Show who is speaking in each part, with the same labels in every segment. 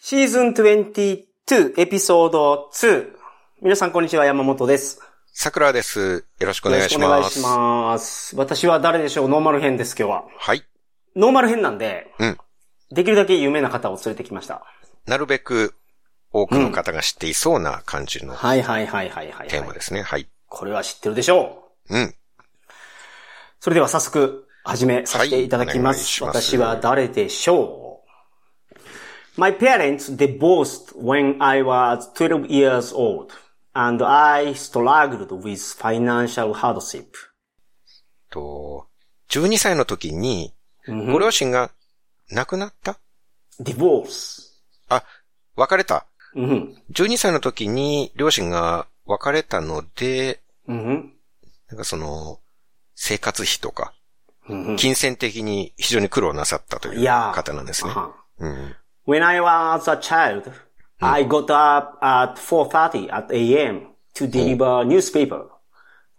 Speaker 1: シーズン22エピソード2。皆さんこんにちは、山本です。
Speaker 2: 桜です。よろしくお願いし
Speaker 1: よろ
Speaker 2: ま
Speaker 1: くお願い
Speaker 2: す。
Speaker 1: します。私は誰でしょうノーマル編です、今日は。
Speaker 2: はい。
Speaker 1: ノーマル編なんで、
Speaker 2: うん
Speaker 1: できるだけ有名な方を連れてきました。
Speaker 2: なるべく多くの方が知っていそうな感じの
Speaker 1: はいはいはいはいはい、
Speaker 2: テー
Speaker 1: は
Speaker 2: マ
Speaker 1: い。
Speaker 2: ですね。はい。
Speaker 1: これは知ってるでしょう
Speaker 2: うん。
Speaker 1: それでは早速、始めさせていただきます。
Speaker 2: はいお願い
Speaker 1: 私
Speaker 2: します
Speaker 1: は誰でしょう ?My parents divorced when I was 12 years old, and I struggled with financial hardship.
Speaker 2: と、12歳の時
Speaker 1: うん
Speaker 2: に、ご両親が亡くなった、
Speaker 1: divorce.
Speaker 2: あ、別れた。
Speaker 1: うん
Speaker 2: 12歳の時に両親が別れたので、
Speaker 1: うん。
Speaker 2: なんかその、生活費とか、
Speaker 1: うんうん。
Speaker 2: 金銭的に非常に苦労なさったとい
Speaker 1: いうやー
Speaker 2: 方なんですね。
Speaker 1: はん
Speaker 2: うん。
Speaker 1: Uh-huh. When I was a child, I got up at 4.30 at a.m. to deliver newspaper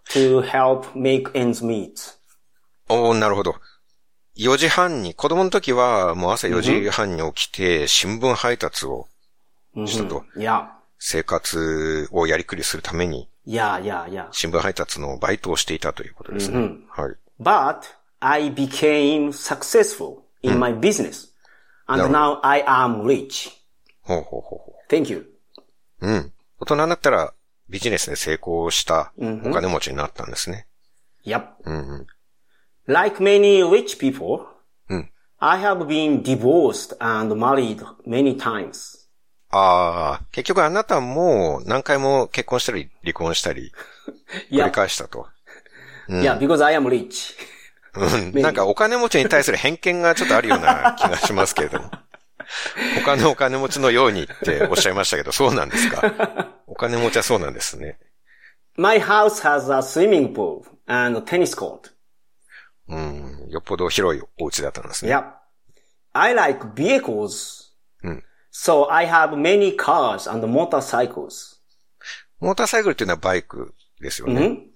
Speaker 1: to help make ends meet.
Speaker 2: おー、なるほど。4時半に、子供の時はもう朝4時半に起きて、新聞配達をしたと、
Speaker 1: Mm-hmm. Yeah,
Speaker 2: 生活をやりくりするために、
Speaker 1: yeah, yeah, yeah.
Speaker 2: 新聞配達のバイトをしていたということですね。はい。
Speaker 1: But I became successful in my business. And now I am rich.
Speaker 2: ほうほうほうほ
Speaker 1: Thank you.
Speaker 2: う。うん。大人になったら、ビジネスで成功した、お金持ちになったんですね。
Speaker 1: Yep.
Speaker 2: うんうん。
Speaker 1: Like many rich people,
Speaker 2: うん。
Speaker 1: I have been divorced and married many times.
Speaker 2: ああ、結局あなたも何回も結婚したり、離婚したり、繰り
Speaker 1: Yeah,
Speaker 2: 返したと。
Speaker 1: yeah, because I am rich.
Speaker 2: うんなんかお金持ちに対する偏見がちょっとあるような気がしますけれ ども。お金お金持ちのようにっておっしゃいましたけど、そうなんです か。お金持ちはそうなんですね。
Speaker 1: My house has a swimming pool and a tennis court.
Speaker 2: うん、よっぽど広いお家だったんですね。
Speaker 1: Yep. I like vehicles.
Speaker 2: うん。
Speaker 1: So I have many cars and motorcycles.
Speaker 2: モーターサイクルっていうのはバイクですよね。
Speaker 1: Mm-hmm.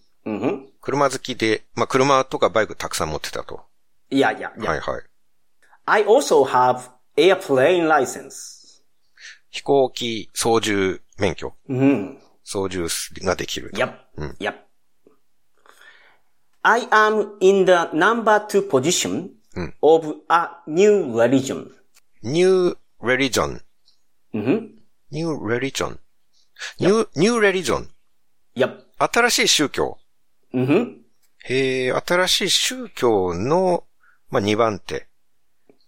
Speaker 1: Mm-hmm.
Speaker 2: 車好きで、まあ車とかバイクたくさん持ってたと。
Speaker 1: Yeah, yeah, yeah.
Speaker 2: はいはい。
Speaker 1: I also have airplane license.
Speaker 2: 飛行機操縦免許、
Speaker 1: Mm.
Speaker 2: 操縦ができると。
Speaker 1: Yep. Yep. I am in the number two position of a new religion.
Speaker 2: New Religion。
Speaker 1: Mm-hmm.
Speaker 2: New Religion。New, New Religion。
Speaker 1: Yep.
Speaker 2: 新しい宗教。
Speaker 1: Mm-hmm.
Speaker 2: へえ、新しい宗教の、まあ、2番手。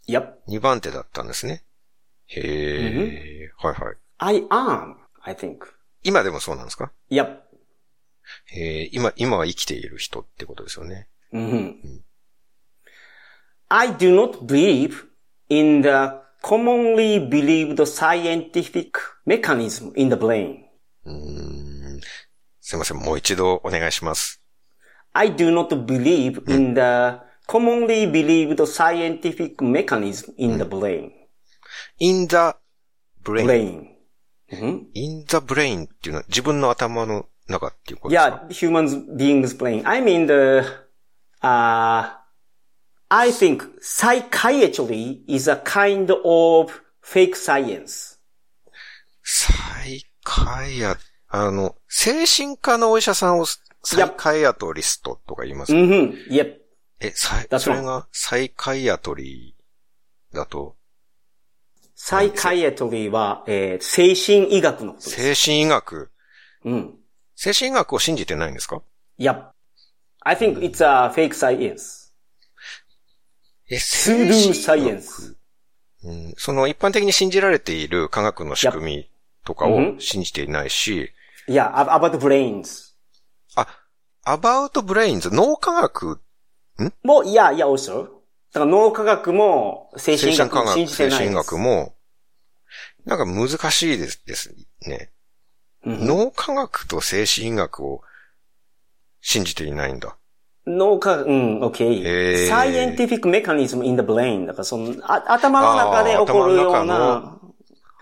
Speaker 1: Yep.
Speaker 2: 2番手だったんですね。へえ、はいはい。
Speaker 1: I am, I think.
Speaker 2: 今でもそうなんですか
Speaker 1: Yep.
Speaker 2: へえ、今、今は生きている人ってことですよね。
Speaker 1: hmm I do not believe in the commonly believed scientific mechanism in the brain.
Speaker 2: うーん。すいません、もう一度お願いします。
Speaker 1: I do not believe in the commonly believed scientific mechanism in the brain.
Speaker 2: in the brain.
Speaker 1: Brain. Mhm.
Speaker 2: in the brain っていうのは自分の頭の中っていうことですか
Speaker 1: Yeah, humans beings brain. I mean the, uh, I think psychiatry is a kind of fake science.
Speaker 2: サイカイア、あの、精神科のお医者さんをサイカイアトリストとか言いますか
Speaker 1: hmm Yep.
Speaker 2: え、サイ、
Speaker 1: That's
Speaker 2: それがサイカイアトリーだと、
Speaker 1: サイカイエトリーは、えー精神医学のことです。
Speaker 2: 精神医学、
Speaker 1: うん。
Speaker 2: 精神医学を信じてないんですか
Speaker 1: いや。I think it's a fake science.
Speaker 2: え、
Speaker 1: Through
Speaker 2: 精神医学
Speaker 1: science.
Speaker 2: うん、その一般的に信じられている科学の仕組みとか
Speaker 1: う
Speaker 2: を信じていないし、
Speaker 1: いや、about brains.
Speaker 2: あ、about brains、脳科学、
Speaker 1: もう、いや、いや、also. だから脳科学も精神
Speaker 2: 精
Speaker 1: 医
Speaker 2: 神
Speaker 1: 学
Speaker 2: 科
Speaker 1: も
Speaker 2: 学、
Speaker 1: 信じて
Speaker 2: 精
Speaker 1: ない
Speaker 2: 神
Speaker 1: で
Speaker 2: 医
Speaker 1: す。
Speaker 2: 学も、なんか難しいですですね。
Speaker 1: うん
Speaker 2: 脳科学と精神医学を信じていないんだ。
Speaker 1: 脳科学、うん、
Speaker 2: へ
Speaker 1: OK。
Speaker 2: ー
Speaker 1: scientific mechanism in the brain. だからその、あ頭の中で起こるよ
Speaker 2: あー
Speaker 1: う
Speaker 2: 頭の中
Speaker 1: な、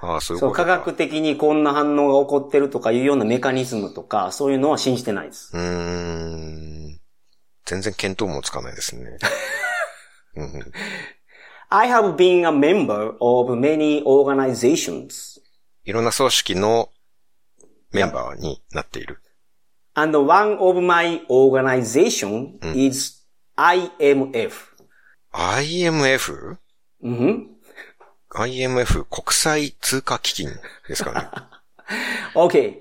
Speaker 2: ああ、そういう
Speaker 1: そう、
Speaker 2: こと
Speaker 1: 科
Speaker 2: か。
Speaker 1: 学的にこんな反応が起こってるとかいうようなメカニズムとか、そういうのは信じてないです。
Speaker 2: う ーん。全然見当もつかないですね。うん
Speaker 1: I have been a member of many organizations
Speaker 2: いろんな組織のメンバーになっている。
Speaker 1: and one of my organization is IMF.
Speaker 2: IMF?IMF?
Speaker 1: うん。
Speaker 2: 国際通貨基金ですかね。
Speaker 1: Okay.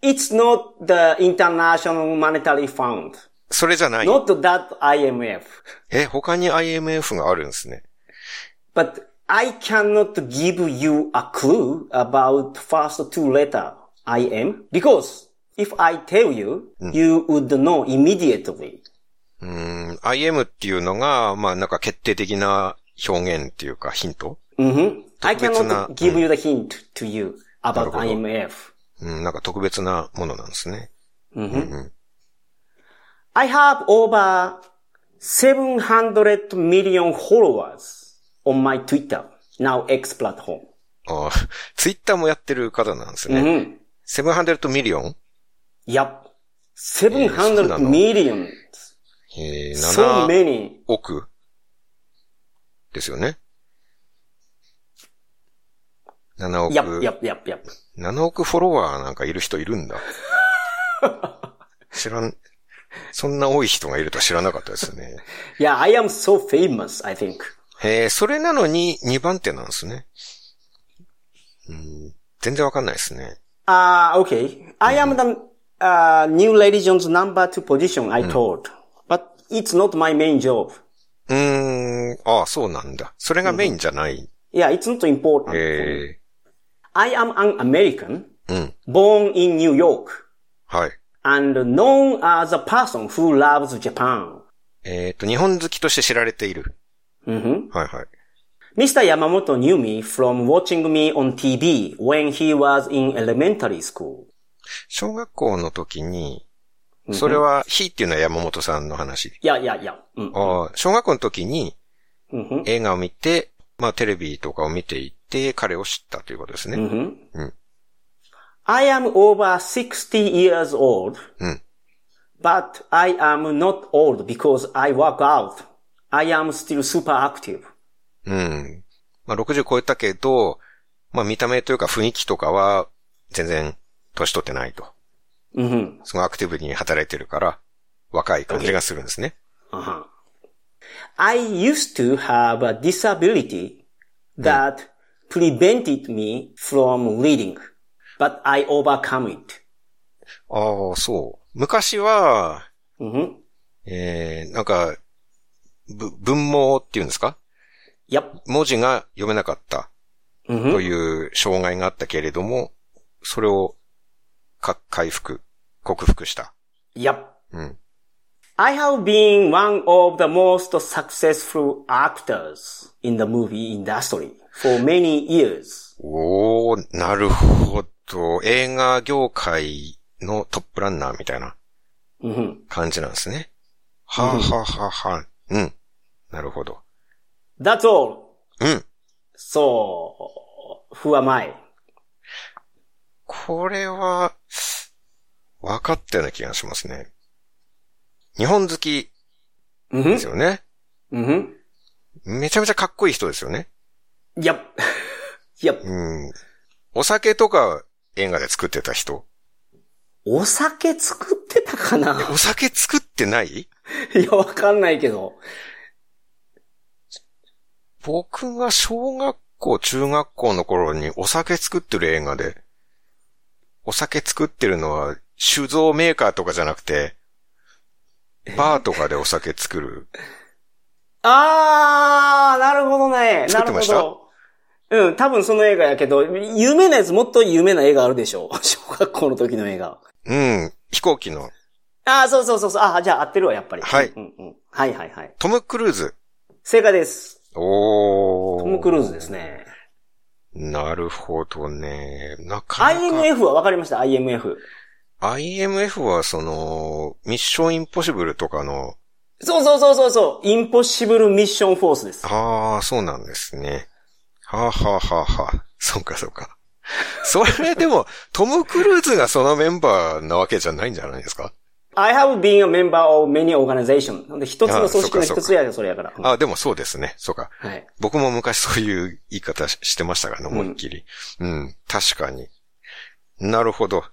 Speaker 1: It's not the International Monetary Fund.
Speaker 2: それじゃない。
Speaker 1: Not that IMF.
Speaker 2: え、他に IMF があるんですね。
Speaker 1: But I cannot give you a clue about first two letter IM because if I tell you, you would know immediately.
Speaker 2: うーん、IM っていうのが、まあなんか決定的な表現っていうかヒント
Speaker 1: hmm I
Speaker 2: 特別な、
Speaker 1: cannot give you the hint to you about
Speaker 2: なるほど。
Speaker 1: IMF.
Speaker 2: うん、なんか特別なものなんですね。
Speaker 1: I have over 700 million followers on my Twitter, now X platform.
Speaker 2: ああ、ツイッターもやってる方なんですね。
Speaker 1: Mm-hmm.
Speaker 2: 700ミリオン
Speaker 1: Yep. 700
Speaker 2: そうなの。
Speaker 1: million.
Speaker 2: えー、
Speaker 1: So
Speaker 2: 7
Speaker 1: many.
Speaker 2: 億ですよね。
Speaker 1: Yep,
Speaker 2: 7億、
Speaker 1: yep, yep, yep.
Speaker 2: 7億フォロワーなんかいる人いるんだ。知らん、そんな多い人がいるとは知らなかったですね。
Speaker 1: Yeah, I am so famous, I think.
Speaker 2: えー、それなのに2番手なんですね。うん、全然わかんないですね。
Speaker 1: Ah, okay. I am the uh, new religion's number two position, I told. But it's not my main job.
Speaker 2: うーん、ああ、そうなんだ。それがメインじゃない。
Speaker 1: Yeah, it's not important.
Speaker 2: え
Speaker 1: I am an American
Speaker 2: ー、うん、
Speaker 1: born in New York.
Speaker 2: はい。
Speaker 1: and known as a person who loves Japan.
Speaker 2: えっ、と、日本好きとして知られている。
Speaker 1: Mhm.
Speaker 2: はいはい。
Speaker 1: Mr. Yamamoto knew me from watching me on TV when he was in elementary school.
Speaker 2: 小学校の時に、それは、ひっていうのは山本さんの話。
Speaker 1: Yeah, yeah, Mm. Mm-hmm. yeah. うん
Speaker 2: ああ、小学校の時に
Speaker 1: うん
Speaker 2: 映画を見て、まあテレビとかを見ていて、彼を知ったということですね。
Speaker 1: Mm-hmm. I am over 60 years old,
Speaker 2: うん。
Speaker 1: but I am not old because I work out. I am still super active.
Speaker 2: うん。まあ60超えたけど、まあ見た目というか雰囲気とかは、全然、年取ってないと。
Speaker 1: Mhm.
Speaker 2: すごいアクティブに働いてるから、若い感じがするんですね。
Speaker 1: Uh-huh. I used to have a disability that prevented me from reading, but I overcome it.
Speaker 2: ああ、そう。昔は、
Speaker 1: Mhm.
Speaker 2: えー、なんか、ぶ文盲っていうんですか
Speaker 1: Yep. Mm-hmm.
Speaker 2: 文字が読めなかったという障害があったけれども、それをか回復、克服した。
Speaker 1: Yep.
Speaker 2: うん。
Speaker 1: I have been one of the most successful actors in the movie industry for many years.
Speaker 2: おー、なるほど。映画業界のトップランナーみたいな
Speaker 1: Mhm.
Speaker 2: 感じなんですね。はあ、はあはあはあ、うん。なるほど。
Speaker 1: That's all.
Speaker 2: うん。
Speaker 1: So, who am I?
Speaker 2: これは、分かったような気がしますね。日本好きで
Speaker 1: Mhm.
Speaker 2: すよね。
Speaker 1: Mhm.
Speaker 2: めちゃめちゃかっこいい人ですよね。
Speaker 1: Yep. yep.
Speaker 2: うん。お酒とか映画で作ってた人。
Speaker 1: お酒作ってたかな
Speaker 2: お酒作ってない
Speaker 1: いや、わかんないけど。
Speaker 2: 僕が小学校、中学校の頃にお酒作ってる映画で、お酒作ってるのは酒造メーカーとかじゃなくて、バーとかでお酒作る。
Speaker 1: あー、なるほどね。な
Speaker 2: 作って
Speaker 1: るほ
Speaker 2: ました
Speaker 1: ど。うん、多分その映画やけど、有名なやつもっと有名な映画あるでしょ。 小学校の時の映画。
Speaker 2: うん。飛行機の
Speaker 1: あー、そうそうそうそう。あー、じゃあ合ってるわ、やっぱり。
Speaker 2: はい
Speaker 1: うんうん。はいはいはい。
Speaker 2: トム・クルーズ。
Speaker 1: 正解です。
Speaker 2: おー。
Speaker 1: トム・クルーズですね。
Speaker 2: なるほどね。なかなか。
Speaker 1: IMF はわかりました、IMF。
Speaker 2: IMF はその、ミッションインポッシブルとかの、
Speaker 1: そうそうそうそうそう。インポッシブル・ミッション・フォースです。
Speaker 2: ああ、そうなんですね。はあ、はあはあはあ、そうかそうか。それでも、トム・クルーズがそのメンバーなわけじゃないんじゃないですか
Speaker 1: I have been a member of many organizations. なんで一つの組織の
Speaker 2: あそうかそうか
Speaker 1: 一つやで、それやから。
Speaker 2: あ、でもそうですね。そうか。
Speaker 1: はい。
Speaker 2: 僕も昔そういう言い方ししてましたからね、思いっきり。うん、確かに。なるほど。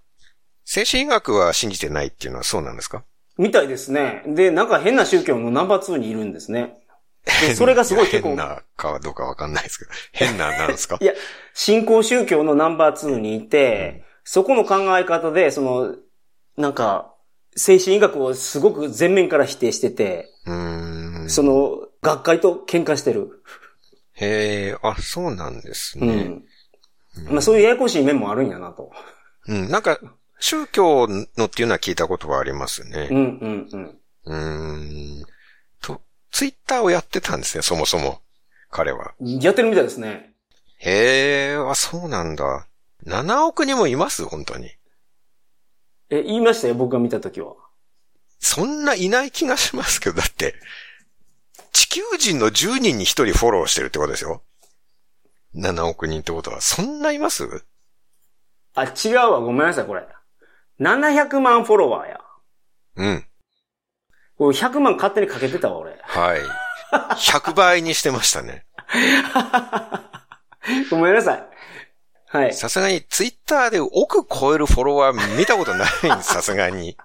Speaker 2: 精神医学は信じてないっていうのはそうなんですか
Speaker 1: みたいですね。で、なんか変な宗教のナンバー2にいるんですね。でそれがすごい結構
Speaker 2: 変なかどうかわかんないですけど。変ななんですか
Speaker 1: いや、信仰宗教のナンバー2にいて、そこの考え方で、その、なんか、精神医学をすごく全面から否定してて、
Speaker 2: うーん。
Speaker 1: その、学会と喧嘩してる。
Speaker 2: へえ、あ、そうなんです
Speaker 1: う
Speaker 2: ね。
Speaker 1: ん。まあそういうややこしい面もあるんやなと。
Speaker 2: うん、なんか、宗教のっていうのは聞いたことはあります
Speaker 1: う
Speaker 2: ね。
Speaker 1: んうんうん。
Speaker 2: うーん。と、ツイッターをやってたんですね、そもそも。彼は。
Speaker 1: やってるみたいですね。
Speaker 2: へえ、あ、そうなんだ。7億人もいます本当に。
Speaker 1: え、言いましたよ、僕が見たときは。
Speaker 2: そんないない気がしますけど、だって、地球人の10人に1人フォローしてるってことですよ。7億人ってことは、そんないます
Speaker 1: あ、違うわ、ごめんなさい、これ。700万フォロワーや。
Speaker 2: うん。
Speaker 1: これ100万勝手にかけてたわ、 俺。
Speaker 2: はい。100倍にしてましたね。
Speaker 1: ごめんなさい。はい。
Speaker 2: さすがに、ツイッターで億超えるフォロワー見たことない んです、さすがに。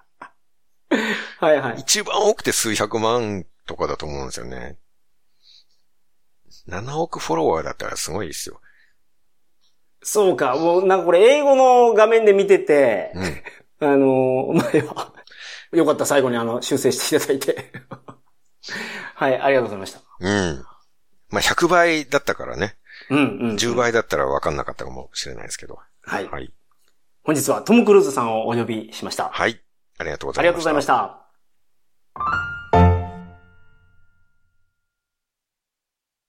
Speaker 1: はいはい。
Speaker 2: 一番多くて数百万とかだと思うんですよね。7億フォロワーだったらすごいですよ。
Speaker 1: そうか、もうなんかこれ英語の画面で見てて、
Speaker 2: うん。
Speaker 1: あのー、前は、よかった、最後にあの、修正していただいて。はい、ありがとうございました。
Speaker 2: うん。まあ、100倍だったからね。
Speaker 1: うんうん。
Speaker 2: 10。倍だったら分かんなかったかもしれないですけど。
Speaker 1: はい。
Speaker 2: はい。
Speaker 1: 本日はトム・クルーズさんをお呼びしました。
Speaker 2: はい。ありがとうござ
Speaker 1: あり
Speaker 2: いました。
Speaker 1: がとうございました。